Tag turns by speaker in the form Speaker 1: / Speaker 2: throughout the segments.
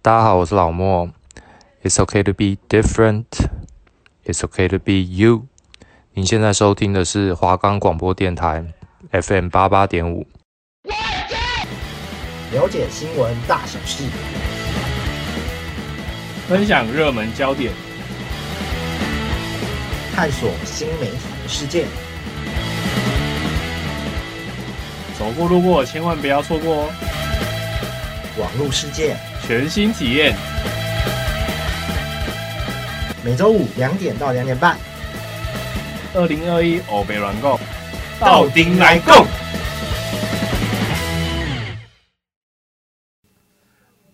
Speaker 1: 大家好，我是老莫。It's okay to be different. It's okay to be you. 您现在收听的是华冈广播电台 FM 八八点五。
Speaker 2: 了解新闻大小事，
Speaker 3: 分享热门焦点，
Speaker 2: 探索新媒体的世界。
Speaker 3: 走过路过千万不要错过哦！
Speaker 2: 网络世界，
Speaker 3: 全新体验，
Speaker 2: 每周五两点到两点半，
Speaker 3: 二零二一欧北软购，
Speaker 2: 到
Speaker 3: 丁来购。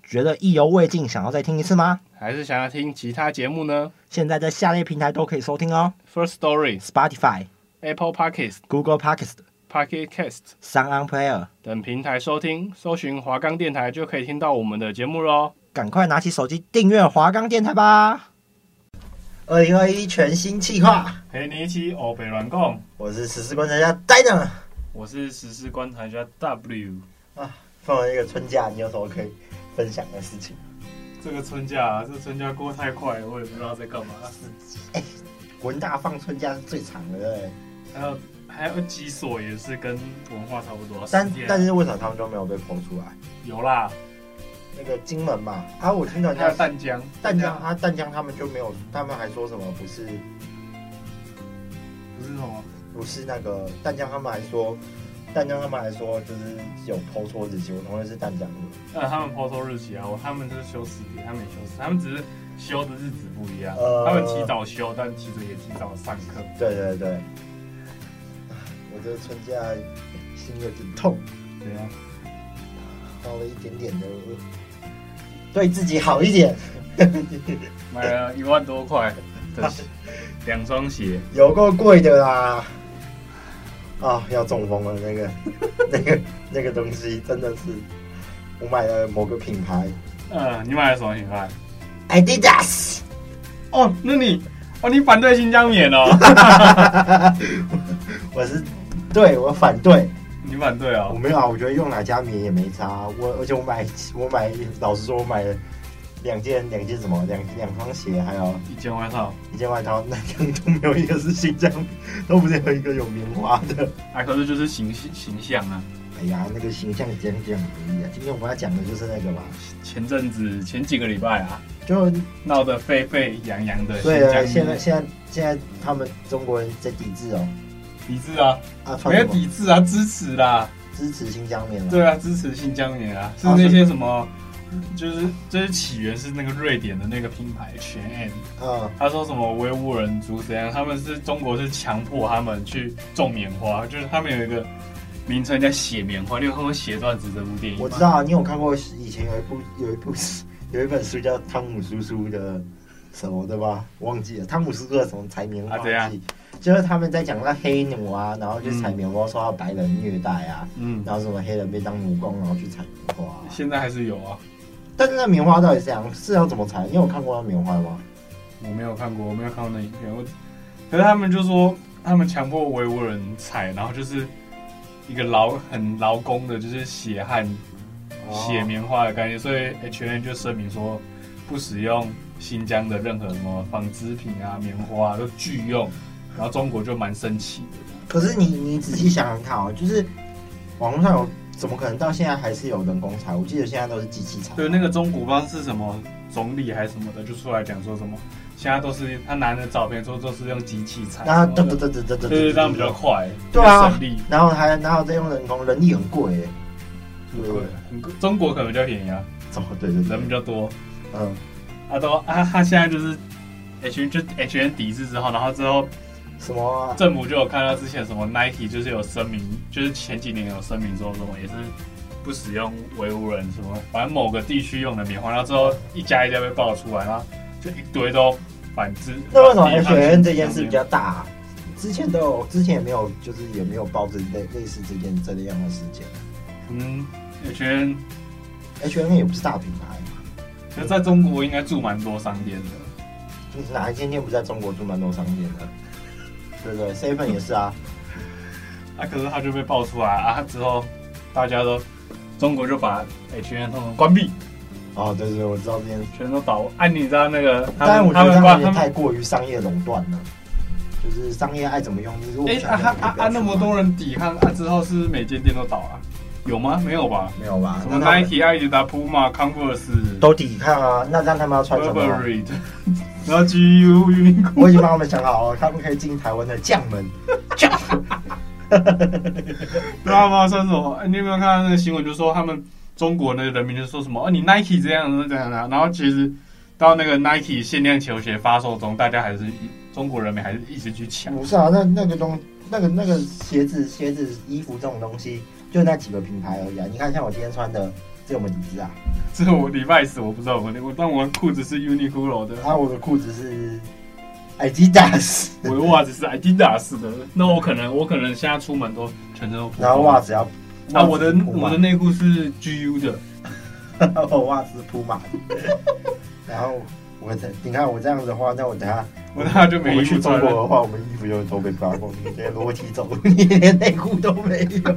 Speaker 2: 觉得意犹未尽，想要再听一次吗？
Speaker 3: 还是想要听其他节目呢
Speaker 2: 现在在下列平台都可以收听哦
Speaker 3: ？First Story、
Speaker 2: ：Spotify、
Speaker 3: Apple Podcast、
Speaker 2: Google Podcast、
Speaker 3: Pocket Cast
Speaker 2: Sound On Player。
Speaker 3: 等平台收听，搜寻华冈电台就可以听到我们的节目喽。
Speaker 2: 赶快拿起手机订阅华冈电台吧！二零二一全新计划，
Speaker 3: 陪你一起欧北软购，
Speaker 2: 我是十四观察家 Dylan
Speaker 3: 我是实施观察家 W。
Speaker 2: 啊。放了一个春假，你有什么可以分享的事情？
Speaker 3: 这个春假、啊，这春假过太快了，我也不知道在干嘛。
Speaker 2: 文大放春假是最长的，对不对？
Speaker 3: 还有还有几所也是跟文化差不多，
Speaker 2: 但
Speaker 3: 实验
Speaker 2: 但是为什么他们就没有被剖出来？
Speaker 3: 有啦，
Speaker 2: 那个金门嘛，啊，我听到
Speaker 3: 还
Speaker 2: 像
Speaker 3: 有淡江，
Speaker 2: 淡江，他淡江他们就没有，他们还说什么不是
Speaker 3: 不是什么。
Speaker 2: 不是那个淡江，他们还说淡江他们还说就是有偷错日期，我同学是淡江的，
Speaker 3: 呃，他们抛收日期啊，我他们是休十天，他们也休十，他们只是休的日子不一样，
Speaker 2: 呃
Speaker 3: 他们提早休，但其实也提早上课。
Speaker 2: 对对对，唉我这春假心有点痛，
Speaker 3: 对啊，
Speaker 2: 少了一点点的，对自己好一点，
Speaker 3: 买了一万多块 的鞋两双鞋，
Speaker 2: 有够贵的啦。啊，要中风了！那个、 那个、那个东西真的是，我买了某个品牌
Speaker 3: 呃，你买了什么品牌？
Speaker 2: ，Adidas。
Speaker 3: 哦，那你哦，你反对新疆棉哦，
Speaker 2: 我是对我反对，
Speaker 3: 你反对
Speaker 2: 我
Speaker 3: 哦，
Speaker 2: 没有啊，我觉得用哪家棉也没差。啊我而且我买我买，老实说，我买了两件两件什么两两双鞋，还有
Speaker 3: 一件外套，
Speaker 2: 一件外套，那两都没有一个是新疆，都不是有一个有棉花的。
Speaker 3: 啊，可是就是形形象啊。
Speaker 2: 哎呀，那个形象讲讲而已啊。今天我们要讲的就是那个嘛，
Speaker 3: 前阵子前几个礼拜啊，
Speaker 2: 就
Speaker 3: 闹得沸沸扬扬的新
Speaker 2: 对
Speaker 3: 疆
Speaker 2: 啊，
Speaker 3: 棉，
Speaker 2: 现在现在现在他们中国人在抵制哦，
Speaker 3: 抵制啊，
Speaker 2: 啊，穿
Speaker 3: 没
Speaker 2: 什
Speaker 3: 有
Speaker 2: 么
Speaker 3: 抵制啊，支持啦。
Speaker 2: 支持新疆棉了。
Speaker 3: 对啊，支持新疆棉啊，是
Speaker 2: 啊
Speaker 3: 那
Speaker 2: 是
Speaker 3: 些什么，就是就是起源是那个瑞典的那个品牌全 N，
Speaker 2: 嗯，
Speaker 3: 他说什么维吾尔族怎样，他们是中国是强迫他们去种棉花，就是他们有一个名称叫血棉花，你有看过《血段子》这部电影吗？
Speaker 2: 我知道啊，你有看过以前有一部有一部有一本书叫《汤姆叔叔》的什么对吧？忘记了，汤姆叔叔的什么采棉花
Speaker 3: 啊怎样
Speaker 2: 记，就是他们在讲那黑奴啊，然后去采棉花，受到白人虐待啊，
Speaker 3: 嗯，
Speaker 2: 然后什么黑人被当奴工，然后去采棉花啊、
Speaker 3: 现在还是有啊，
Speaker 2: 但是那棉花到底是怎样是要怎么采？你有看过那棉花吗？
Speaker 3: 我没有看过，我没有看过那影片，我可是他们就说他们强迫维吾尔人采，然后就是一个劳很劳工的，就是血汗写棉花的概念，所以 H N 就声明说不使用新疆的任何什么纺织品啊、棉花、啊、都拒用，然后中国就蛮生气的。
Speaker 2: 可是你你仔细想想看哦，就是网络上有怎么可能到现在还是有人工采？我记得现在都是机器采。
Speaker 3: 对，那个中古方是什么总理还是什么的，就出来讲说什么，现在都是他拿着照片说都是用机器采什
Speaker 2: 然后
Speaker 3: 么的，
Speaker 2: 噔噔噔噔噔噔，
Speaker 3: 对对，这样比较快，
Speaker 2: 对啊
Speaker 3: 比较省力，
Speaker 2: 然后还然后再用人工，人力很贵耶。
Speaker 3: 很贵，很贵。中国可能比较便宜啊，
Speaker 2: 哦，对对
Speaker 3: 人
Speaker 2: 对，
Speaker 3: 比较多，
Speaker 2: 嗯，
Speaker 3: 啊都啊他现在就是 H N 就 H N 抵制之后，然后之后
Speaker 2: 什么啊、
Speaker 3: 政府就有看到之前什么 Nike 就是有声明，就是前几年有声明说什么也是不使用维吾尔人什么，反正某个地区用的棉花，然后之后一家一家被爆出来，然后就一堆都反制。
Speaker 2: 那为什么
Speaker 3: 反
Speaker 2: H
Speaker 3: 制
Speaker 2: N 这件事比较大啊、之前都有，之前也没有，就是也没有报这类类似这件这样的事件。
Speaker 3: 嗯？H N
Speaker 2: H N 也不是大品牌，
Speaker 3: 可是在中国应该住蛮多商店的，
Speaker 2: 就是哪一间店不在中国驻蛮多商店的？对不对，seven 也是啊，
Speaker 3: 啊，可是他就被爆出来啊，之后大家都中国就把 H N 关闭，
Speaker 2: 哦，对对，我知道这件事。
Speaker 3: 全都倒。哎、你知道那个他
Speaker 2: 但
Speaker 3: 们
Speaker 2: 我觉
Speaker 3: 他
Speaker 2: 得
Speaker 3: 们
Speaker 2: 他
Speaker 3: 关
Speaker 2: 们也
Speaker 3: 他
Speaker 2: 太
Speaker 3: 们
Speaker 2: 过于商业垄断了，就是商业爱怎么用就是我
Speaker 3: 哎
Speaker 2: 们想
Speaker 3: 啊
Speaker 2: 用
Speaker 3: 啊
Speaker 2: 就
Speaker 3: 啊
Speaker 2: 不要
Speaker 3: 啊！
Speaker 2: 去
Speaker 3: 那么
Speaker 2: 买
Speaker 3: 多人抵抗啊，之后是不是每间店都倒啊？有吗？没有吧？
Speaker 2: 没有吧？
Speaker 3: 什么
Speaker 2: 那他们
Speaker 3: Nike、阿迪达、Puma、Converse、
Speaker 2: 都抵抗啊，那让他们要穿什么啊？
Speaker 3: Burberry，然后 GU 运营
Speaker 2: 我已经帮他们想好了，他们可以进台湾的将门。
Speaker 3: 对啊，妈算什么？哎，你有没有看到那个新闻？就说他们中国那个人民就说什么？哦，你 Nike 这样子这样的、然后其实到那个 Nike 限量球鞋发售中，大家还是一中国人民还是一直去抢。
Speaker 2: 不是啊，那那个东那个那个鞋子、鞋子、衣服这种东西，就那几个品牌而已啊。你看，像我今天穿的，只有我们几只啊？
Speaker 3: 这是我礼拜四我不知道我那我但我裤子是 Uniqlo 的，
Speaker 2: 啊，我的裤子是 Adidas，
Speaker 3: 我的袜子是 Adidas 的。那我可能我可能现在出门都全身都
Speaker 2: 然后袜
Speaker 3: 子，
Speaker 2: 子要
Speaker 3: 那啊我的
Speaker 2: 袜子是 Puma
Speaker 3: 我的内裤是 GU 的，
Speaker 2: 啊我袜子铺满， 然后我的，你看我这样的话，那我等下
Speaker 3: 我那就
Speaker 2: 我
Speaker 3: 没衣
Speaker 2: 们去
Speaker 3: 服
Speaker 2: 中
Speaker 3: 穿
Speaker 2: 国
Speaker 3: 了。
Speaker 2: 的话，我们衣服就都被扒光，你连裸体走， 你连内裤都没有。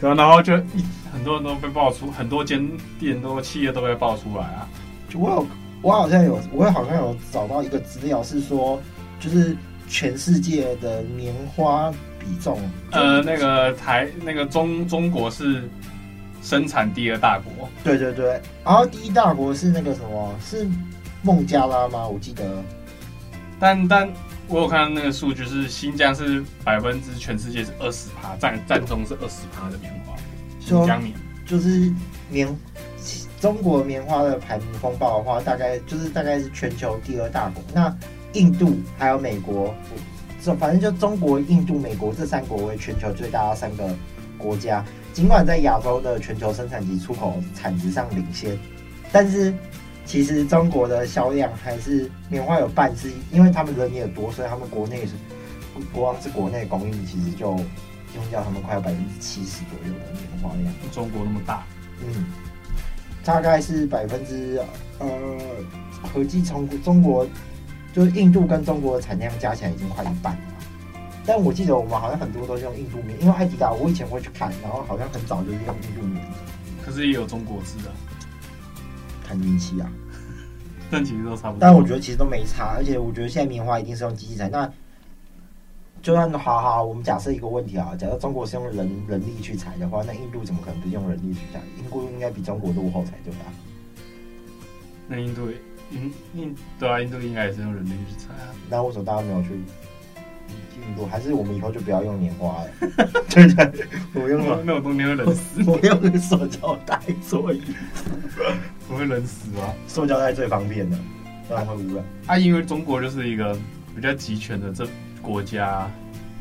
Speaker 3: 对啊然后就一很多人都被爆出，很多间店都企业都被爆出来啊。
Speaker 2: 我有，我好像有，我好像有找到一个资料是说，就是全世界的棉花比重，
Speaker 3: 呃，那个台那个中中国是生产第二大国，
Speaker 2: 对对对，然后第一大国是那个什么，是孟加拉吗？我记得
Speaker 3: 但但我有看到那个数据是新疆是百分之全世界是二十趴，占占中是二十趴的棉花，
Speaker 2: 说
Speaker 3: 新疆棉。
Speaker 2: 就是棉，中国棉花的排名风暴的话，大概就是大概是全球第二大国。那印度还有美国，这反正就中国、印度、美国这三国为全球最大的三个国家。尽管在亚洲的全球生产及出口产值上领先，但是其实中国的销量还是棉花有半是因为他们人也多，所以他们国内是国光是国内供应其实就用掉他们快百分之七十左右的棉花量。
Speaker 3: 中国那么大，
Speaker 2: 嗯，大概是百分之呃，合计从中国就是印度跟中国的产量加起来已经快一半了。但我记得我们好像很多都是用印度棉，因为艾迪达我以前会去看，然后好像很早就是用印度棉，
Speaker 3: 可是也有中国制的，啊
Speaker 2: 看运气啊。
Speaker 3: 但其实都差不多。
Speaker 2: 但我觉得其实都没差，而且我觉得现在棉花一定是用机器采。那就算好好，我们假设一个问题啊，假设中国是用人人力去采的话，那印度怎么可能不是用人力去采？印度应该比中国落后才对啊吧？
Speaker 3: 那印度也，印印对啊，印度应该也是用人力去采啊。
Speaker 2: 那为什么大家没有去印
Speaker 3: 嗯
Speaker 2: 度？还是我们以后就不要用棉花 了？对不对？我用
Speaker 3: 那种东西会冷死，
Speaker 2: 我用塑胶袋做衣服，
Speaker 3: 不会冷死啊！
Speaker 2: 塑胶袋最方便了，不然会污染。
Speaker 3: 啊，因为中国就是一个比较集权的这国家，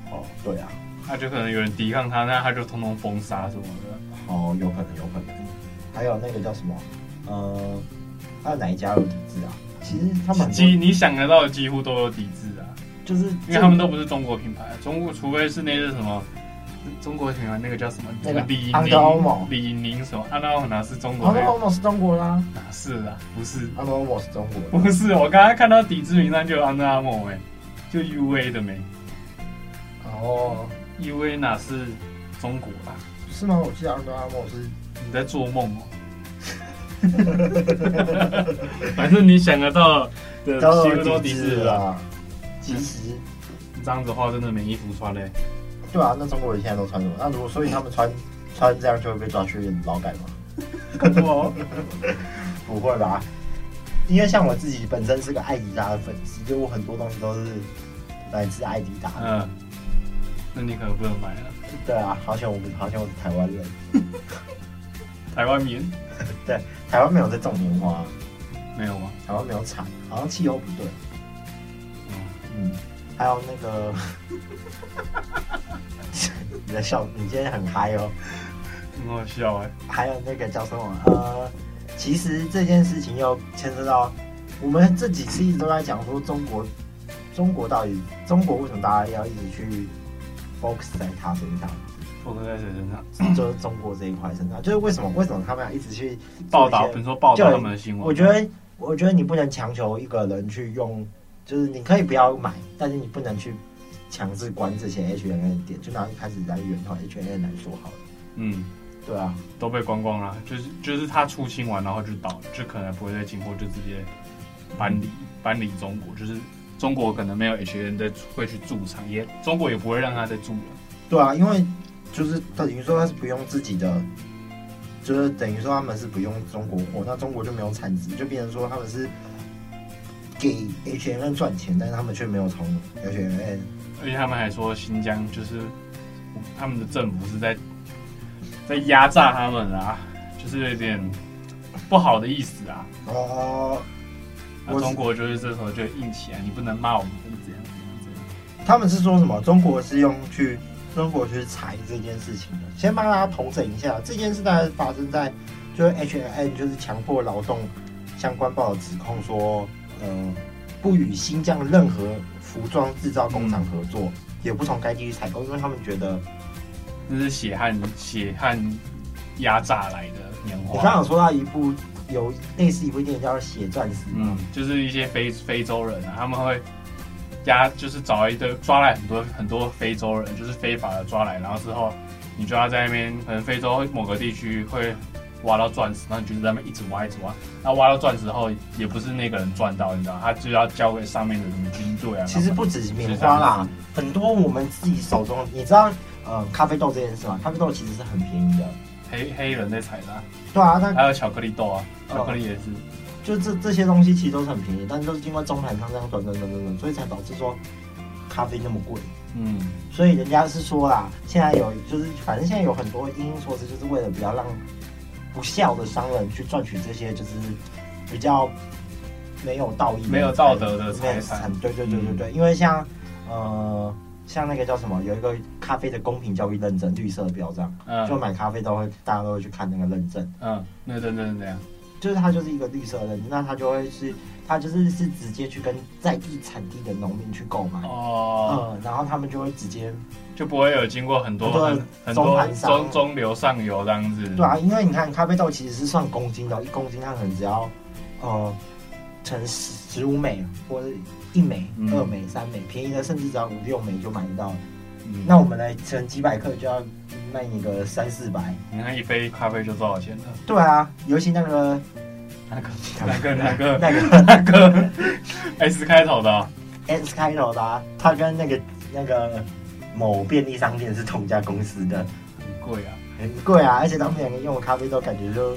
Speaker 2: 哦，对啊，
Speaker 3: 那就可能有人抵抗他，那他就通通封杀什么的。
Speaker 2: 哦，有可能，有可能。还有那个叫什么？呃，还有哪一家有抵制啊？其实他们很
Speaker 3: 几
Speaker 2: 多
Speaker 3: 你想得到的几乎都有抵制啊，
Speaker 2: 就是
Speaker 3: 因为他们都不是中国品牌，啊中国除非是那些什么中国品牌那个叫什么
Speaker 2: 那个
Speaker 3: 李宁
Speaker 2: Under Armour
Speaker 3: 李宁什么安德欧哪是中国
Speaker 2: 安
Speaker 3: 的
Speaker 2: 德，欧姆是中国啦，
Speaker 3: 哪是啊？不是
Speaker 2: 安德欧姆是中国的
Speaker 3: 不是，我刚刚看到抵制名单就有安德阿莫哎，就 U A 的没
Speaker 2: 哦，
Speaker 3: U A 哪是中国啊？
Speaker 2: 是吗？我记得安德欧姆是
Speaker 3: 你在做梦 哦。反正你想得到的呃几乎都
Speaker 2: 有
Speaker 3: 抵
Speaker 2: 抵
Speaker 3: 制
Speaker 2: 制
Speaker 3: 了，
Speaker 2: 啦。啊其实。
Speaker 3: 这样子的话真的没衣服穿嘞、
Speaker 2: 对啊，那中国人现在都穿什么？那如果所以他们穿穿这样就会被抓去劳改吗？哦不会吧？啊因为像我自己本身是个艾迪达的粉丝，就我很多东西都是来自艾迪达的。
Speaker 3: 嗯，那你可不能买了。
Speaker 2: 对啊，好像我们好像我是台湾人，
Speaker 3: 台湾棉
Speaker 2: 台湾没有在种棉花，
Speaker 3: 没有吗？
Speaker 2: 台湾没有产，好像气候不对。
Speaker 3: 嗯，
Speaker 2: 嗯，还有那个， 你在笑，你今天很嗨哦。
Speaker 3: 很好笑哎、
Speaker 2: 还有那个叫什么？呃，其实这件事情又牵涉到我们这几次一直都在讲说中国，中国到底中国为什么大家要一直去 focus 在他身上，
Speaker 3: 我在谁身上
Speaker 2: 就是中国这一块身上，就是为什么为什么他们要一直去
Speaker 3: 报道？比如说报
Speaker 2: 就
Speaker 3: 道
Speaker 2: 有
Speaker 3: 他们的新闻，
Speaker 2: 我觉得，我觉得你不能强求一个人去用，就是你可以不要买，但是你不能去 H&M 强制关这些 H N N 点，就拿一开始来源头 H N N H&M 来说好了。
Speaker 3: 嗯，
Speaker 2: 对啊，
Speaker 3: 都被关光了，就是就是他出清完然后就倒，就可能不会再进货，就直接搬离搬离中国，就是中国可能没有 HN 在会去驻场，也中国也不会让他再驻了。
Speaker 2: 对啊，因为就是等于说他是不用自己的，就是等于说他们是不用中国货，那中国就没有产值，就变成说他们是给 H M N 赚钱，但是他们却没有从 H&M，H M N
Speaker 3: 而且他们还说新疆就是他们的政府是在在压榨他们啊，就是有点不好的意思啊。
Speaker 2: 哦，
Speaker 3: 那
Speaker 2: 我是
Speaker 3: 中国就是这时候就硬起来，你不能骂我们，就是这样这样这样。
Speaker 2: 他们是说什么？中国是用去中国去裁这件事情的。先帮大家统整一下，这件事大概发生在就是 H N 就是强迫劳动相关报道指控说，呃，不与新疆任何服装制造工厂合作，也不从该地区采购，因为他们觉得
Speaker 3: 那是血汗血汗压榨来的棉
Speaker 2: 我刚刚
Speaker 3: 花
Speaker 2: 有。说到一部有类似一部电影叫《血钻石》嘛
Speaker 3: 嗯，，就是一些非非洲人啊，他们会压，就是找一堆抓来很多很多非洲人，就是非法的抓来，然后之后你就要在那边，可能非洲某个地区会挖到钻石，然后你就在那边一直挖一直挖，那挖到钻石后也不是那个人赚到，你知道，他就要交给上面的什么军队啊。
Speaker 2: 其实不止棉花啦，很多我们自己手中，你知道呃咖啡豆这件事吗？咖啡豆其实是很便宜的，
Speaker 3: 黑黑人在采的啊、
Speaker 2: 对啊，那
Speaker 3: 还有巧克力豆啊，巧克力也是。
Speaker 2: 就这这些东西其实都是很便宜，但都是经过中盘商这样转转转转转，所以才导致说啊咖啡那么贵。
Speaker 3: 嗯，
Speaker 2: 所以人家是说啦，现在有就是反正现在有很多因应措施，就是为了不要让不孝的商人去赚取这些就是比较没有道义的财、
Speaker 3: 没有道德的
Speaker 2: 没有
Speaker 3: 财产。嗯
Speaker 2: 对对对对对，因为像呃像那个叫什么，有一个咖啡的公平交易认证，绿色的标章，就
Speaker 3: 嗯
Speaker 2: 买咖啡都会大家都会去看那个认证。
Speaker 3: 嗯，那真的是这样。
Speaker 2: 就是它就是一个绿色的，那它就会是它就是是直接去跟在地产地的农民去购买，
Speaker 3: 哦，
Speaker 2: 嗯，然后他们就会直接
Speaker 3: 就不会有经过很多
Speaker 2: 很多
Speaker 3: 很很
Speaker 2: 中
Speaker 3: 多
Speaker 2: 盘商
Speaker 3: 中中流上游这样子。
Speaker 2: 对啊，因为你看咖啡豆其实是算公斤的哦，一公斤它可能只要呃乘十十五美或者一美、
Speaker 3: 嗯
Speaker 2: 二美、三美，便宜的甚至只要五六美就买得到了。
Speaker 3: 嗯
Speaker 2: 那我们来乘几百克就要卖你个三四百，
Speaker 3: 你看一杯咖啡就多 少钱了？
Speaker 2: 对啊，尤其那个
Speaker 3: 那个那个
Speaker 2: 那
Speaker 3: 那个
Speaker 2: 个
Speaker 3: 那个 S 开头的哦
Speaker 2: S 开头的、啊，它跟那个那个某便利商店是同家公司的。
Speaker 3: 很贵啊。
Speaker 2: 很贵啊，而且他们两个用的咖啡豆感觉就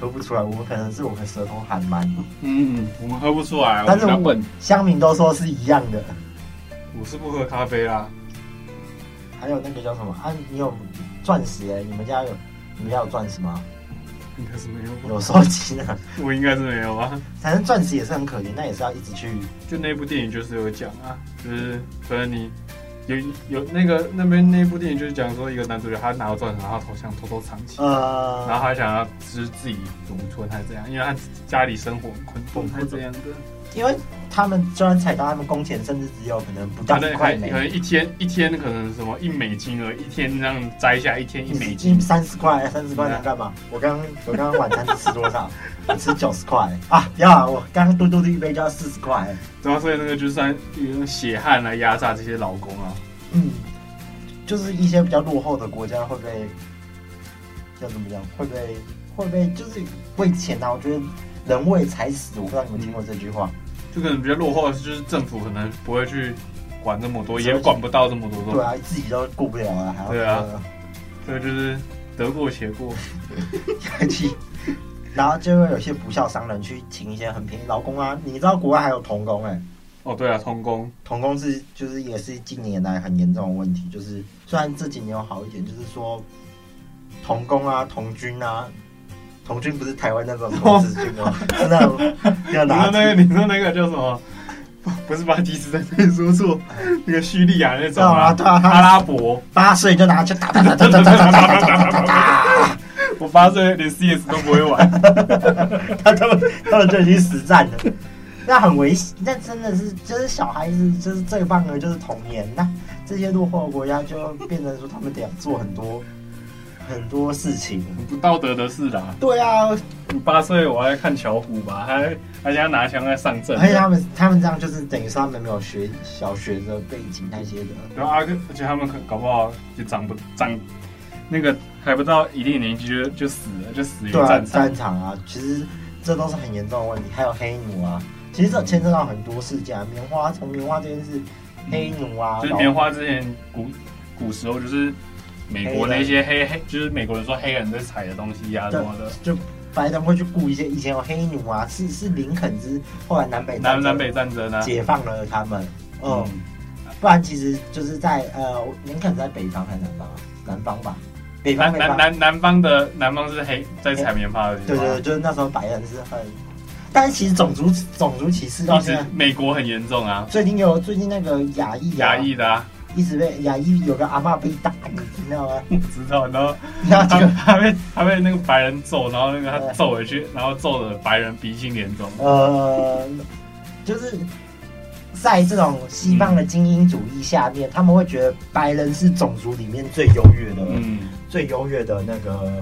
Speaker 2: 喝不出来，我们可能是我们舌头含满，
Speaker 3: 嗯，我们喝不出来，
Speaker 2: 但是
Speaker 3: 我
Speaker 2: 我
Speaker 3: 们本
Speaker 2: 乡民都说是一样的。
Speaker 3: 我是不喝咖啡啦。
Speaker 2: 还有那个叫什么啊？你有钻石哎、你们家有你们家有钻石吗？
Speaker 3: 应该是没有吧？
Speaker 2: 有收集呢，
Speaker 3: 我应该是没有吧？
Speaker 2: 反正钻石也是很可怜，但也是要一直去。
Speaker 3: 就那部电影就是有讲啊，就是可能你有有那个那边那部电影就是讲说一个男主角他拿到钻石，然后他头想偷偷藏起来然
Speaker 2: 呃，
Speaker 3: 后他想要就是自己独吞还是怎样，因为他家里生活很困顿还是怎样的，
Speaker 2: 因为他们虽然采到他们工钱，甚至只有可能不
Speaker 3: 他
Speaker 2: 到
Speaker 3: 那
Speaker 2: 一
Speaker 3: 可
Speaker 2: 块
Speaker 3: 能
Speaker 2: 美
Speaker 3: 可，能一天一天可能什么一美金而已一天这样摘下一天一美金，
Speaker 2: 三十块，三十块
Speaker 3: 嗯
Speaker 2: 能干嘛？我刚我刚刚晚餐吃多少？ 我吃九十块啊！要啊，我刚刚嘟嘟的一杯就要四十块。
Speaker 3: 然啊后所以那个就是算用血汗来压榨这些劳工啊，
Speaker 2: 嗯，就是一些比较落后的国家会被要怎么讲？会被会被就是为钱啊！我觉得人为财死，我不知道你们听过这句话。
Speaker 3: 就可能比较落后，就是政府可能不会去管那么多，也管不到这么多
Speaker 2: 对
Speaker 3: 东西，
Speaker 2: 啊，自己都过不了啊，还要
Speaker 3: 嗯 对啊所以就是得过且过，
Speaker 2: 客气。然后就会有些不孝商人去请一些很便宜劳工啊，你知道国外还有童工哎、
Speaker 3: 哦对啊，童工，
Speaker 2: 童工是就是也是近年来很严重的问题，就是虽然这几年有好一点，就是说童工啊、童军啊，童军不是台湾那种童子军 吗？是那种要
Speaker 3: 你
Speaker 2: 拿
Speaker 3: 说那个你说那个叫 什么？不不是巴基斯坦，那个说错，那个叙利亚那种 啊，
Speaker 2: 对啊对啊
Speaker 3: 阿拉伯，
Speaker 2: 八岁就拿去打打打打打打打打打打打打，
Speaker 3: 我八岁连 CS 都不会玩，
Speaker 2: 他他们他们就已经实战了。那很危险，那真的是就是小孩子就是最棒的就是童年。那这些落后的国家就变成说他们得做很多很多事情。
Speaker 3: 不道德的事啦。
Speaker 2: 对啊，
Speaker 3: 你八岁我还看巧虎吧，还还想要拿枪在上阵。
Speaker 2: 而且他们他们这样就是等于说他们没有学小学的背景那些的，
Speaker 3: 然后阿哥，而且他们可搞不好也长不长，那个还不到一定年纪就就死了，就死于
Speaker 2: 对啊，
Speaker 3: 战场。
Speaker 2: 战场啊，其实这都是很严重的问题。还有黑奴啊，其实这牵涉到很多事件啊。棉花从棉花这件事，黑奴啊，
Speaker 3: 嗯就是
Speaker 2: 老
Speaker 3: 棉花之前古古时候就是美国那些黑黑，就是美国人说黑人在采的东西呀、啊、
Speaker 2: 对
Speaker 3: 什么的，
Speaker 2: 就白人会去雇一些以前有黑奴啊，是是林肯之后来南北战
Speaker 3: 南
Speaker 2: 争
Speaker 3: 南北战争啊，
Speaker 2: 解放了他们，嗯，
Speaker 3: 嗯，
Speaker 2: 不然其实就是在呃林肯在北方还是南方啊？南方吧，北方
Speaker 3: 南
Speaker 2: 北方，
Speaker 3: 南南南方的南方是黑在采棉花的地方，
Speaker 2: 对对对，就是那时候白人是很，但是其实种族种族歧视到
Speaker 3: 一
Speaker 2: 现
Speaker 3: 直
Speaker 2: 在。
Speaker 3: 美国很严重啊，
Speaker 2: 最近有最近那个亚裔啊
Speaker 3: 亚裔的啊，
Speaker 2: 一直被亚裔有个阿嬷被打，你知道 吗？
Speaker 3: 我知道，然后
Speaker 2: 然后
Speaker 3: 他
Speaker 2: 啊这个
Speaker 3: 他被他被那个白人揍，然后那个他
Speaker 2: 对
Speaker 3: 揍回去，然后揍的白人鼻青脸肿，
Speaker 2: 呃，就是在这种西方的精英主义下面，他们会觉得白人是种族里面最优越的、
Speaker 3: 嗯，
Speaker 2: 最优越的那个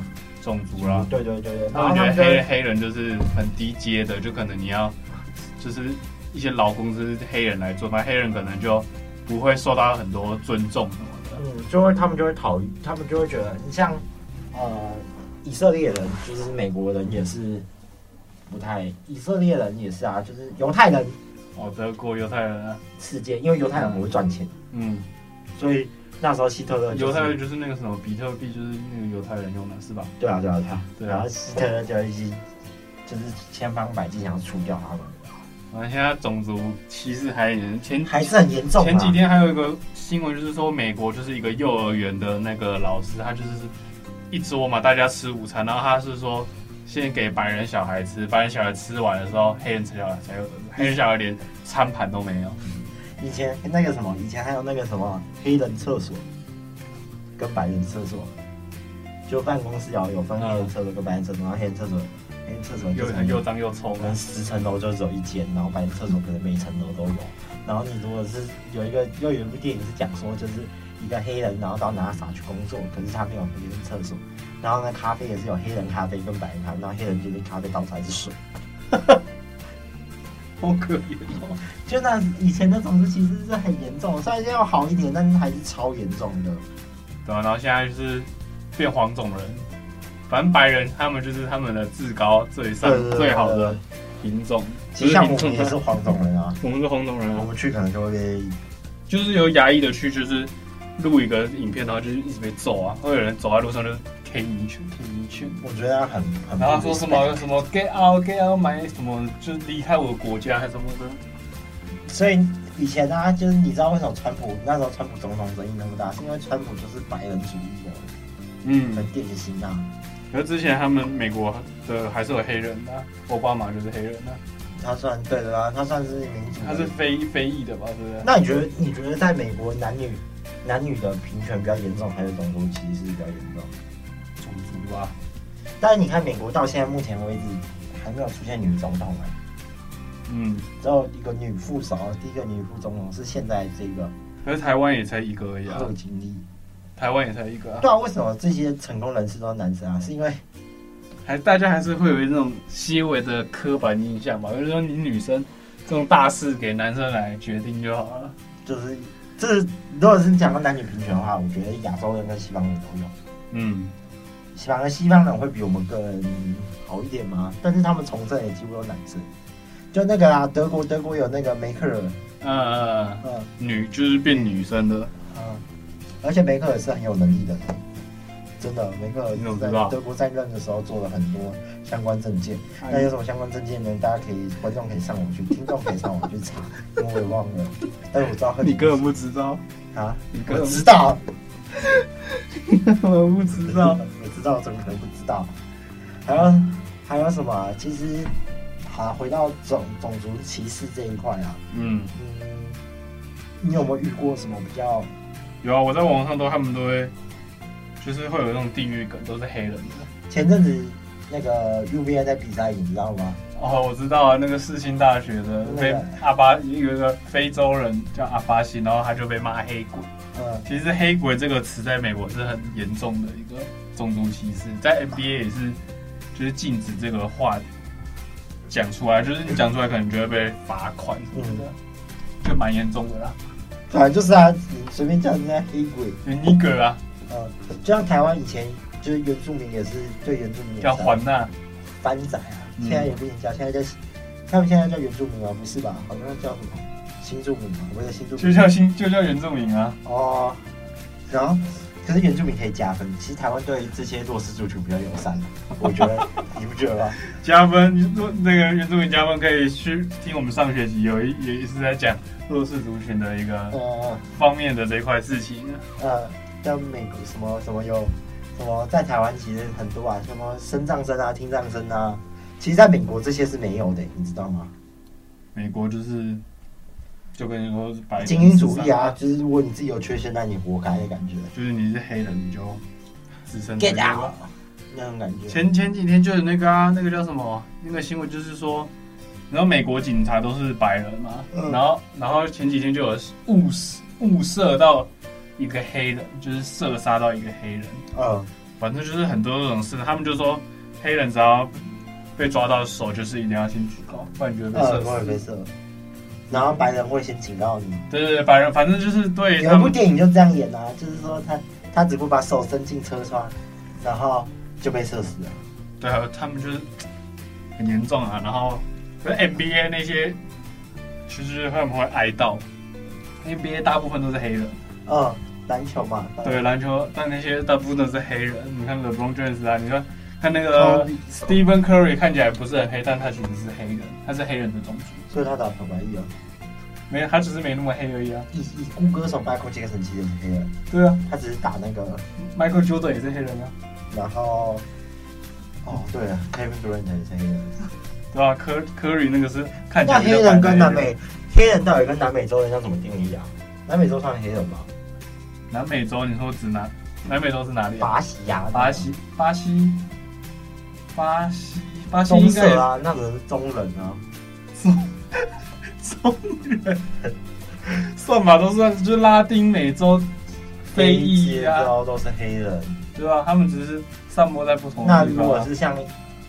Speaker 3: 种族啦，
Speaker 2: 对对对嗯对，然
Speaker 3: 他
Speaker 2: 后
Speaker 3: 们觉
Speaker 2: 他们
Speaker 3: 得
Speaker 2: 就
Speaker 3: 黑
Speaker 2: 会
Speaker 3: 黑人就是很低阶的，就可能你要就是一些劳工是黑人来做，反正黑人可能就不会受到很多尊重什么
Speaker 2: 嗯，就会他们就会讨，他们就会觉得，你像呃以色列人，就是美国人也是不太，以色列人也是啊，就是犹太人
Speaker 3: 的。哦，德国犹太人啊，
Speaker 2: 世界，因为犹太人很会赚钱。
Speaker 3: 嗯，
Speaker 2: 所以那时候希特勒就是
Speaker 3: 犹太人就是那个什么比特币，就是那个犹太人用的是吧？
Speaker 2: 对啊对啊对啊，
Speaker 3: 对
Speaker 2: 然
Speaker 3: 啊
Speaker 2: 后，希特勒就一直就是千方百计想要除掉他们，
Speaker 3: 反正现在种族歧视还严前
Speaker 2: 还是很严重
Speaker 3: 前几
Speaker 2: 啊。
Speaker 3: 天还有一个新闻，就是说美国就是一个幼儿园的那个老师，他就是一桌嘛，大家吃午餐，然后他是说先给白人小孩吃，白人小孩吃完的时候，黑人小孩才有，黑人小孩连餐盘都没有。
Speaker 2: 以前哎那个什么，以前还有那个什么黑人厕所跟白人厕所，就办公室要有分黑人厕所跟白人厕所，然后黑人厕所黑人厕所就
Speaker 3: 又
Speaker 2: 是
Speaker 3: 很又脏又臭
Speaker 2: 可能十层楼就只有一间，然后白人厕所可能每层楼都有。然后你如果是有一个又有一部电影是讲说，就是一个黑人，然后到 NASA 去工作，可是他没有黑人厕所。然后呢，咖啡也是有黑人咖啡跟白人咖啡，然后黑人觉得咖啡倒出来是水。
Speaker 3: 好可怜哦。
Speaker 2: 就那以前的种族歧视是很严重，虽然现在要好一点，但是还是超严重的。
Speaker 3: 对啊，然后现在就是变黄种人，反正白人他们就是他们的至高最上
Speaker 2: 对对对
Speaker 3: 最好的品种，
Speaker 2: 其实像我
Speaker 3: 不
Speaker 2: 们
Speaker 3: 民
Speaker 2: 也是
Speaker 3: 众
Speaker 2: 黄种人啊，
Speaker 3: 我们是红种人啊
Speaker 2: 我。们去可能就会被
Speaker 3: 就是有亚裔的去，就是录一个影片，然后就是一直被揍啊，会有人走在路上就 K 你一拳，K 你一拳，
Speaker 2: 我觉得很很
Speaker 3: 然后说什么什么 get out get out 买什么就离开我的国家还是什么的，
Speaker 2: 所以以前啊，就是你知道为什么川普那时候川普总统争议那么大，是因为川普就是白人主义的
Speaker 3: 嗯
Speaker 2: 很。典型啊。
Speaker 3: 可是之前他们美国的还是有黑人的、奥巴马就是黑人的、
Speaker 2: 他算对的啦，他算是民主。
Speaker 3: 他是非非裔的吧，对不对？
Speaker 2: 那你觉得你觉得在美国男女男女的平权比较严重，还是种族歧视比较严重？
Speaker 3: 种族啊吧，
Speaker 2: 但是你看美国到现在目前为止还没有出现女总统啊，
Speaker 3: 嗯。
Speaker 2: 只有一个女副手，第一个女副总统是现在这个
Speaker 3: 可是台湾也才一个而已啊
Speaker 2: 贺，锦丽。
Speaker 3: 台湾也才一个啊
Speaker 2: 对，啊，为什么这些成功人士都是男生啊？是因为
Speaker 3: 还大家还是会有一种些微的刻板印象吧，就是说你女生这种大事给男生来决定就好了。
Speaker 2: 就是这如果是讲到男女平权的话，我觉得亚洲人跟西方人都有，
Speaker 3: 嗯，
Speaker 2: 反而西方人会比我们更好一点吗？但是他们从政也几乎都是男生，就那个啦，啊德国德国有那个梅克尔，
Speaker 3: 呃，
Speaker 2: 嗯
Speaker 3: 女就是变女生的，
Speaker 2: 嗯，而且梅克尔是很有能力的人，真的，梅克尔
Speaker 3: 你怎么
Speaker 2: 在
Speaker 3: 知道
Speaker 2: 德国在任的时候做了很多相关证件，
Speaker 3: 哎
Speaker 2: 那有什么相关证件呢？大家可以观众可以上网去，听众可以上网去查，因为我也忘了，但是我知道
Speaker 3: 你根本不知道，
Speaker 2: 啊，
Speaker 3: 你根
Speaker 2: 我
Speaker 3: 本
Speaker 2: 知道。
Speaker 3: 根本不知道。
Speaker 2: 我知道，怎么可能不知道？还有还有什么啊？其实，啊，回到种种族歧视这一块啊，
Speaker 3: 嗯，
Speaker 2: 嗯，你有没有遇过什么比较？
Speaker 3: 有啊，我在网上都他们都会，就是会有那种地域梗，都是黑人的。
Speaker 2: 前阵子那个 UVA 在比赛，你知道吗？
Speaker 3: 哦，我知道啊，那个世新大学的被阿巴有一个非洲人叫阿巴西，然后他就被骂黑鬼。
Speaker 2: 嗯，
Speaker 3: 其实“黑鬼”这个词在美国是很严重的一个种族歧视，在 NBA 也是，就是禁止这个话讲出来，就是你讲出来可能就会被罚款什么
Speaker 2: 嗯
Speaker 3: 的，就蛮严重的啦。
Speaker 2: 反正就是啊，你随便叫人家黑鬼，呃
Speaker 3: 就 n i g g 啊，
Speaker 2: 嗯，就像台湾以前。就是原住民也是对原住民
Speaker 3: 要还纳，
Speaker 2: 嗯翻仔啊，
Speaker 3: 嗯
Speaker 2: 现在也不能叫，现在叫他们现在叫原住民啊，不是吧？好像叫什么新住民嘛，我叫新住
Speaker 3: 就
Speaker 2: 民
Speaker 3: 叫新就叫原住民啊。
Speaker 2: 哦。然后，可是原住民可以加分，其实台湾对这些弱势族群比较友善，我觉得你不觉得 吗？
Speaker 3: 加分，那个原住民加分可以去听我们上学期有一也也是在讲弱势族群的一个
Speaker 2: 呃
Speaker 3: 方面的这一块事情啊。
Speaker 2: 呃，像美国什么什么有什么在台湾其实很多啊，什么声障生啊、听障生啊，其实在美国这些是没有的，你知道吗？
Speaker 3: 美国就是就跟你说是白人
Speaker 2: 精英主
Speaker 3: 至
Speaker 2: 义啊，
Speaker 3: 上，
Speaker 2: 就是如果你自己有缺陷，那你活该的感觉，
Speaker 3: 就是你是黑人你就自身
Speaker 2: Get
Speaker 3: 自灭吧
Speaker 2: 那种感觉。
Speaker 3: 前前几天就有那个啊，那个叫什么？那个新闻就是说，然后美国警察都是白人嘛，
Speaker 2: 嗯
Speaker 3: 然后然后前几天就有误误射到一个黑人，就是射杀到一个黑人，
Speaker 2: 嗯
Speaker 3: 反正就是很多这种事，他们就说黑人只要被抓到手，就是一定要先举高，不然就会被
Speaker 2: 呃，
Speaker 3: 射
Speaker 2: 不会被
Speaker 3: 死。
Speaker 2: 射。然后白人会先警告你。
Speaker 3: 对对对，白人反正就是对
Speaker 2: 有
Speaker 3: 他
Speaker 2: 一部
Speaker 3: 们，
Speaker 2: 电影就这样演啊，就是说他他只不过把手伸进车窗，然后就被射死了。
Speaker 3: 对啊，他们就是很严重啊。然后可是 NBA 那些，其实他们会哀悼，NBA 大部分都是黑人。
Speaker 2: 嗯，篮球嘛，
Speaker 3: 对篮球，但那些大部分都是黑人。你看 LeBron James 啊，你看看那个
Speaker 2: Kobe
Speaker 3: Stephen Curry 看起来不是很黑，但他其实是黑人，他是黑人的种族，
Speaker 2: 所以他打小白翼啊，
Speaker 3: 没他只是没那么黑而已啊。
Speaker 2: 以以孤歌手 Michael Jackson 其实也是黑人，
Speaker 3: 对啊
Speaker 2: 他只是打那个，
Speaker 3: ，Michael Jordan 也是黑人啊，
Speaker 2: 然后哦对了，Kevin Durant 也是黑人。
Speaker 3: 对吧、科 Curry 那个是看起
Speaker 2: 那
Speaker 3: 来比较
Speaker 2: 黑
Speaker 3: 白
Speaker 2: 人
Speaker 3: 的
Speaker 2: 跟南美黑人到底跟南美洲人要怎么定义啊？南美洲算黑人吗？
Speaker 3: 南美洲，你说指南南美洲是哪里啊？
Speaker 2: 巴西呀，
Speaker 3: 巴西，巴西，巴西，巴西
Speaker 2: 棕
Speaker 3: 应该也
Speaker 2: 色啊，那种是棕人啊。
Speaker 3: 中人，算吧，都算就是拉丁美洲非裔
Speaker 2: 非
Speaker 3: 啊
Speaker 2: 接。都都是黑人。
Speaker 3: 对啊，他们只是散播在不同
Speaker 2: 那
Speaker 3: 的地
Speaker 2: 如
Speaker 3: 方、
Speaker 2: 果
Speaker 3: 啊。
Speaker 2: 是像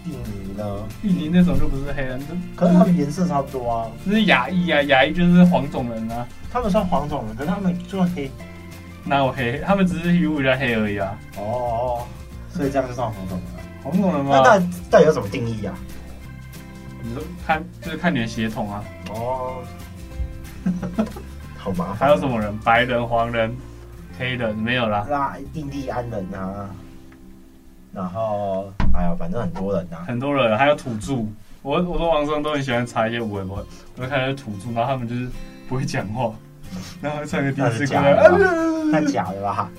Speaker 2: 印尼呢？
Speaker 3: 印尼那种就不是黑人，
Speaker 2: 可是他们颜色差不多啊，
Speaker 3: 就是亚裔啊，亚裔就是黄种人啊，
Speaker 2: 他们算黄种人，可是他们就黑
Speaker 3: 哪有黑？他们只是皮肤比较黑而已啊，
Speaker 2: 哦，所以这样就算黄种人了。
Speaker 3: 黄种人
Speaker 2: 那
Speaker 3: 嘛
Speaker 2: 到，底到底有什么定义啊？
Speaker 3: 你说看就是看你的血统啊，
Speaker 2: 哦， 好麻烦。
Speaker 3: 还有什？么人？白人、黄人、黑人没有啦，
Speaker 2: 那印第安人啊，然后哎呀，反正很多人啊。
Speaker 3: 很多人，还有土著。我我说网上都很喜欢查一些微博，我就看到土著，然后他们就是不会讲话，然后唱个第一次歌，啊
Speaker 2: 那是假那假的吧？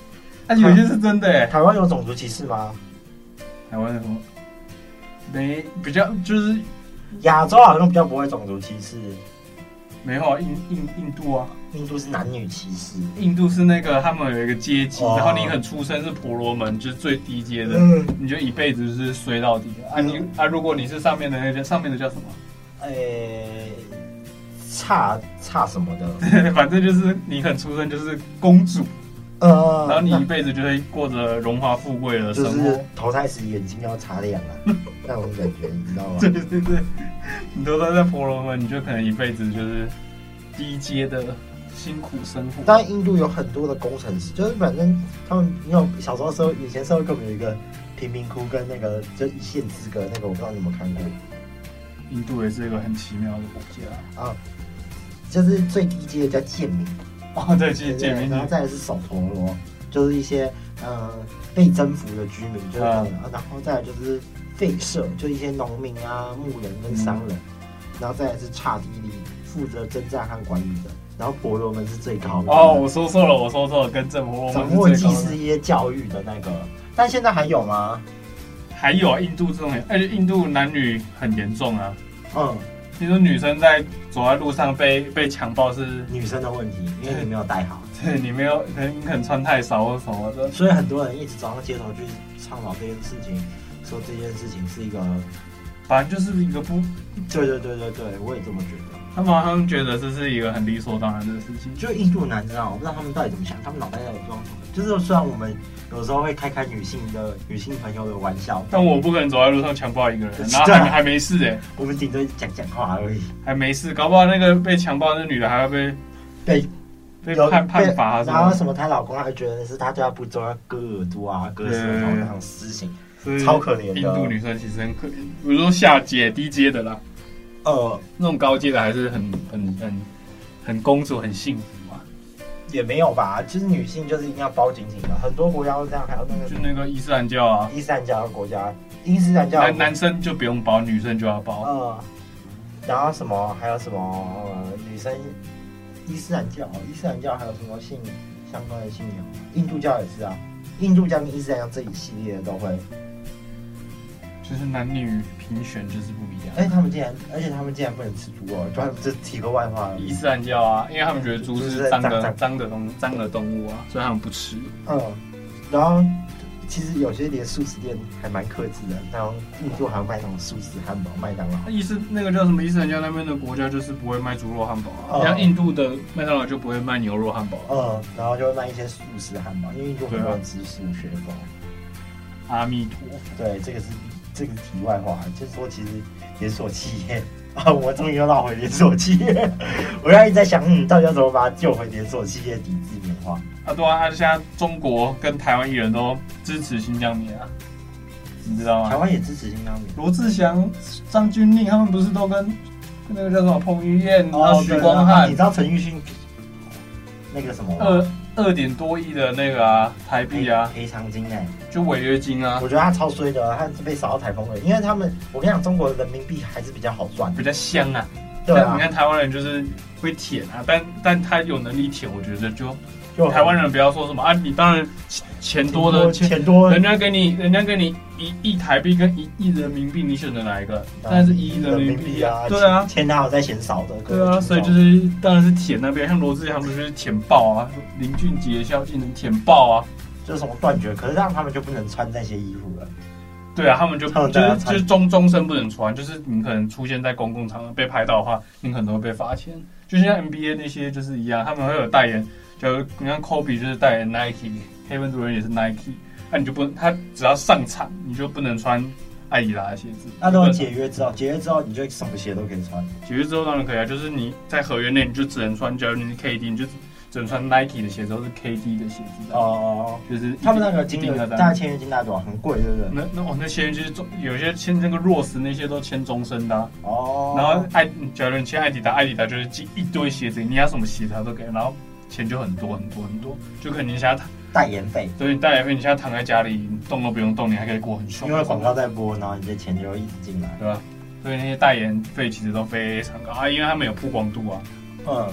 Speaker 3: 啊有些是真的哎、
Speaker 2: 台湾有种族歧视吗？
Speaker 3: 台湾有什么？没比较就是
Speaker 2: 亚洲好像比较不会种族歧视，
Speaker 3: 没有啊印印印度啊，
Speaker 2: 印度是男女歧视。
Speaker 3: 印度是那个他们有一个阶级，
Speaker 2: 哦
Speaker 3: 然后你很出生是婆罗门，就是最低阶的，
Speaker 2: 嗯，
Speaker 3: 你就一辈子就是衰到底啊
Speaker 2: 嗯
Speaker 3: 你。啊，如果你是上面的那个上面的叫什么，
Speaker 2: 诶，哎差差什么的？
Speaker 3: 反正就是你很出生就是公主，
Speaker 2: 呃，
Speaker 3: 然后你一辈子就会过着荣华富贵的
Speaker 2: 就
Speaker 3: 生活
Speaker 2: 是。投胎时眼睛要擦亮 啊，那种感觉，你知道吗？
Speaker 3: 对对对，你都在在婆罗门，你就可能一辈子就是低阶的辛苦生
Speaker 2: 当
Speaker 3: 活。
Speaker 2: 然，印度有很多的工程师，就是反正他们那种小时候时候，以前社会课本有一个贫民窟跟那个就一线之隔那个，我不知道你有没有看过，
Speaker 3: 印度也是一个很奇妙的国家。
Speaker 2: 啊就是最低阶的叫贱民，
Speaker 3: 哦， 对，其实
Speaker 2: 对
Speaker 3: 简
Speaker 2: 不对
Speaker 3: 明
Speaker 2: 然后再来是首陀罗，就是一些呃被征服的居民，就是
Speaker 3: 啊
Speaker 2: 可能、然后再来就是废社，就一些农民啊、牧人
Speaker 3: 嗯
Speaker 2: 跟商人，然后再来是刹帝利，负责征战和管理的，然后婆罗门是最高的
Speaker 3: 哦，我说错了，我说错了，跟郑婆罗
Speaker 2: 掌握
Speaker 3: 门是最
Speaker 2: 祭
Speaker 3: 高
Speaker 2: 司
Speaker 3: 的。
Speaker 2: 业教育的那个，但现在还有吗？
Speaker 3: 还有啊，印度这种也，而且印度男女很严重啊。
Speaker 2: 嗯，
Speaker 3: 听说女生在走在路上被被强暴是，
Speaker 2: 女生的问题，因为你没有带好，
Speaker 3: 是你没有，可能你可能穿太少或什么的。
Speaker 2: 所以很多人一直走上街头去倡导这件事情，说这件事情是一个，
Speaker 3: 反正就是一个不，
Speaker 2: 对对对对对，我也这么觉得。
Speaker 3: 他们好像觉得这是一个很理所当然的事情。
Speaker 2: 就印度男生啊，我不知道他们到底怎么想，他们脑袋到底装什么？就是虽然我们有时候会开开女性的女性朋友的玩笑，
Speaker 3: 但我不可能走在路上强暴一个 人，然后
Speaker 2: 对
Speaker 3: 还
Speaker 2: 啊
Speaker 3: 没还没事哎、
Speaker 2: 我们顶 多讲讲话而已。
Speaker 3: 还没事，搞不好那个被强暴的那女的还会被
Speaker 2: 被
Speaker 3: 被
Speaker 2: 有
Speaker 3: 判判罚还是
Speaker 2: 然后
Speaker 3: 什
Speaker 2: 什
Speaker 3: 么
Speaker 2: 么，她老公还觉得是她对她不周，要割耳朵啊、割舌头
Speaker 3: 嗯
Speaker 2: 那种私刑，
Speaker 3: 所以
Speaker 2: 超可怜的。
Speaker 3: 印度女生其实很可，比如说下阶、低阶的啦，
Speaker 2: 呃，
Speaker 3: 那种高阶的还是很很很很公主、很幸福啊嘛。
Speaker 2: 也没有吧，就是女性就是一定要包紧紧的，很多国家都这样，还有那个
Speaker 3: 就那个伊斯兰教啊，
Speaker 2: 伊斯兰教的国家，伊斯兰教的
Speaker 3: 男男生就不用包，女生就要包。
Speaker 2: 呃，然后什么还有什么、呃、女生伊斯兰教，哦伊斯兰教还有什么信相关的信仰，印度教也是啊，印度教跟伊斯兰教这一系列的都会，
Speaker 3: 就是男女评选就是不一样。
Speaker 2: 哎而且他们竟然，而且他们竟然不能吃猪肉，专这提个外话而已，
Speaker 3: 伊斯兰教啊，因为他们觉得猪是脏
Speaker 2: 就是
Speaker 3: 的
Speaker 2: 脏
Speaker 3: 脏的东脏的动物啊，所以他们不吃。
Speaker 2: 嗯，然后其实有些连素食店还蛮克制的，然后印度还有卖那种素食汉堡、麦当劳。
Speaker 3: 那伊斯那个叫什么伊斯兰教那边的国家就是不会卖猪肉汉堡啊，
Speaker 2: 哦
Speaker 3: 像印度的麦当劳就不会卖牛肉汉堡啊。
Speaker 2: 嗯，然后就会卖一些素食汉堡，因为印度很多人吃素学风。
Speaker 3: 阿弥陀佛，
Speaker 2: 对，这个是这个是题外话，就是说其实连锁企业啊，我终于又绕回连锁企业，我刚才一直在想，嗯，到底要怎么把它救回连锁企业抵制棉花？
Speaker 3: 啊对啊，他现在中国跟台湾艺人都支持新疆棉啊，你知道
Speaker 2: 台
Speaker 3: 吗？
Speaker 2: 湾也支持新疆棉。
Speaker 3: 罗志祥、张钧甯他们不是都跟跟那个叫什么彭于晏、然后许
Speaker 2: 对
Speaker 3: 哦
Speaker 2: 啊
Speaker 3: 光汉
Speaker 2: 你知道陈奕迅那个什么吗
Speaker 3: 二二点多亿的那个啊台币啊，
Speaker 2: 赔赔偿金哎、
Speaker 3: 就违约金啊
Speaker 2: 我，觉得他超衰的，他是被扫到台风尾，因为他们我跟你讲，中国人民币还是比较好赚
Speaker 3: 比
Speaker 2: 的，
Speaker 3: 较香啊。
Speaker 2: 对
Speaker 3: 像
Speaker 2: 啊
Speaker 3: 你，看台湾人就是会舔啊，但但他有能力舔，我觉得就
Speaker 2: 就
Speaker 3: 台湾人不要说什么啊，你当然钱哦钱多的钱，
Speaker 2: 钱多啊
Speaker 3: 人家给你人家给你一亿台币跟一亿人民币，你选择哪一个？当然是啊一亿人民币啊，对啊。
Speaker 2: 钱哪有在嫌少的？各位
Speaker 3: 对
Speaker 2: 听
Speaker 3: 啊，
Speaker 2: 众
Speaker 3: 所以就是当然是舔那边，像罗志祥不是舔爆啊，林俊杰、萧敬腾舔爆啊，
Speaker 2: 就是什么断绝，可是让他们就不能穿那些衣服了。
Speaker 3: 对啊，他们就
Speaker 2: 他们
Speaker 3: 就
Speaker 2: 大家
Speaker 3: 是
Speaker 2: 参
Speaker 3: 就是终终身不能穿，就是你可能出现在公共场合被拍到的话，你可能都会被罚钱。就像 NBA 那些就是一样，他们会有代言，就你看 Kobe 就是代言 Nike，Kevin Durant 也是 Nike，那、你就不能他只要上场你就不能穿艾迪达的鞋子。
Speaker 2: 那如果
Speaker 3: 就不能
Speaker 2: 解约之后，解约之后你就什么鞋都可以穿。
Speaker 3: 解约之后当然可以啊，就是你在合约内你就只能穿，假如你是 KD 你就只能穿 Nike 的鞋子或是 KD 的鞋子。哦，
Speaker 2: 哦，嗯
Speaker 3: 就是一定
Speaker 2: 他们那个金
Speaker 3: 一定
Speaker 2: 额，
Speaker 3: 要这
Speaker 2: 大
Speaker 3: 样
Speaker 2: 概签约金大概多少？很贵，对不对？
Speaker 3: 那那哦，那些就是中有些签那个 Rose 那些都签终身的啊、
Speaker 2: 哦，
Speaker 3: 然后嗯艾，假如你签艾迪达，艾迪达就是寄一堆鞋子，你要什么鞋子他都给，然后钱就很多很多很多，就可能你现在，
Speaker 2: 代言费，
Speaker 3: 对你代言费，你现在躺在家里你动都不用动，你还可以过很凶
Speaker 2: 因为广告，在播，然后你的钱就一直进来。
Speaker 3: 对吧？所以那些代言费其实都非常高啊，因为他们有曝光度啊。
Speaker 2: 嗯，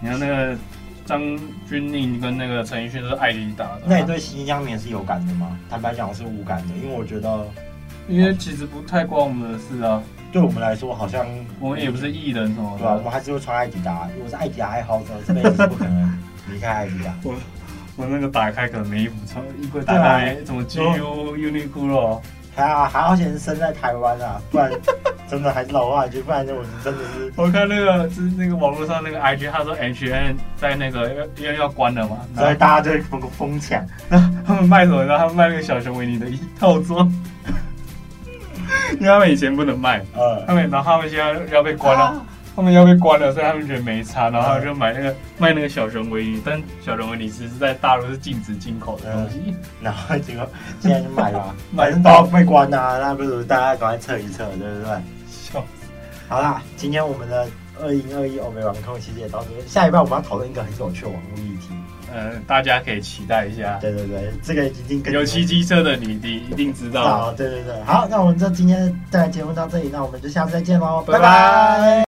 Speaker 3: 你看那个张钧甯跟那个陈奕迅都是艾迪达的、啊
Speaker 2: 那你对新疆棉是有感的吗？坦白讲，我是无感的，因为我觉得
Speaker 3: 因为其实不太关我们的事啊，
Speaker 2: 对我们来说好像
Speaker 3: 我们也不是艺人什么
Speaker 2: 对吧、啊我
Speaker 3: 的。
Speaker 2: 们还是会穿艾迪达，因为我是艾迪达爱好者，这辈子是不可能离开艾迪达。
Speaker 3: 我那个打开可能没衣服穿，衣柜打
Speaker 2: 对啊
Speaker 3: 开怎么 GU、Uniqlo。
Speaker 2: 还好还好，先生在台湾啊，不然真的还是老话一句，不然我真的是
Speaker 3: 我看那个就是那个网络上那个 IG，他说 HN 在那个要因为要关了嘛，
Speaker 2: 所
Speaker 3: 然
Speaker 2: 以
Speaker 3: 后
Speaker 2: 大家就疯疯抢。
Speaker 3: 他们卖什么？然后他们卖那个小熊维尼的一套装，因为他们以前不能卖，
Speaker 2: 呃，
Speaker 3: 他们然后他们现在要被关了，他们要被关了，所以他们觉得没差，然后他们就买那个卖那个小熊维尼，但小熊维尼其实在大陆是禁止进口的东西，
Speaker 2: 然后结果现在就买 了，啊
Speaker 3: 买
Speaker 2: 反正都要被关啊，那不如大家赶快测一测，对不对？
Speaker 3: 笑
Speaker 2: 好啦，今天我们的二零二一欧美网控系列到这边，下一半我们要讨论一个很有趣的网络议题。
Speaker 3: 呃，大家可以期待一下，
Speaker 2: 对对对，这个已经跟
Speaker 3: 有骑机车的你你一定知道。
Speaker 2: 好，对对对，好，那我们就今天的节目到这里，那我们就下次再见喽，
Speaker 3: 拜拜
Speaker 2: 拜拜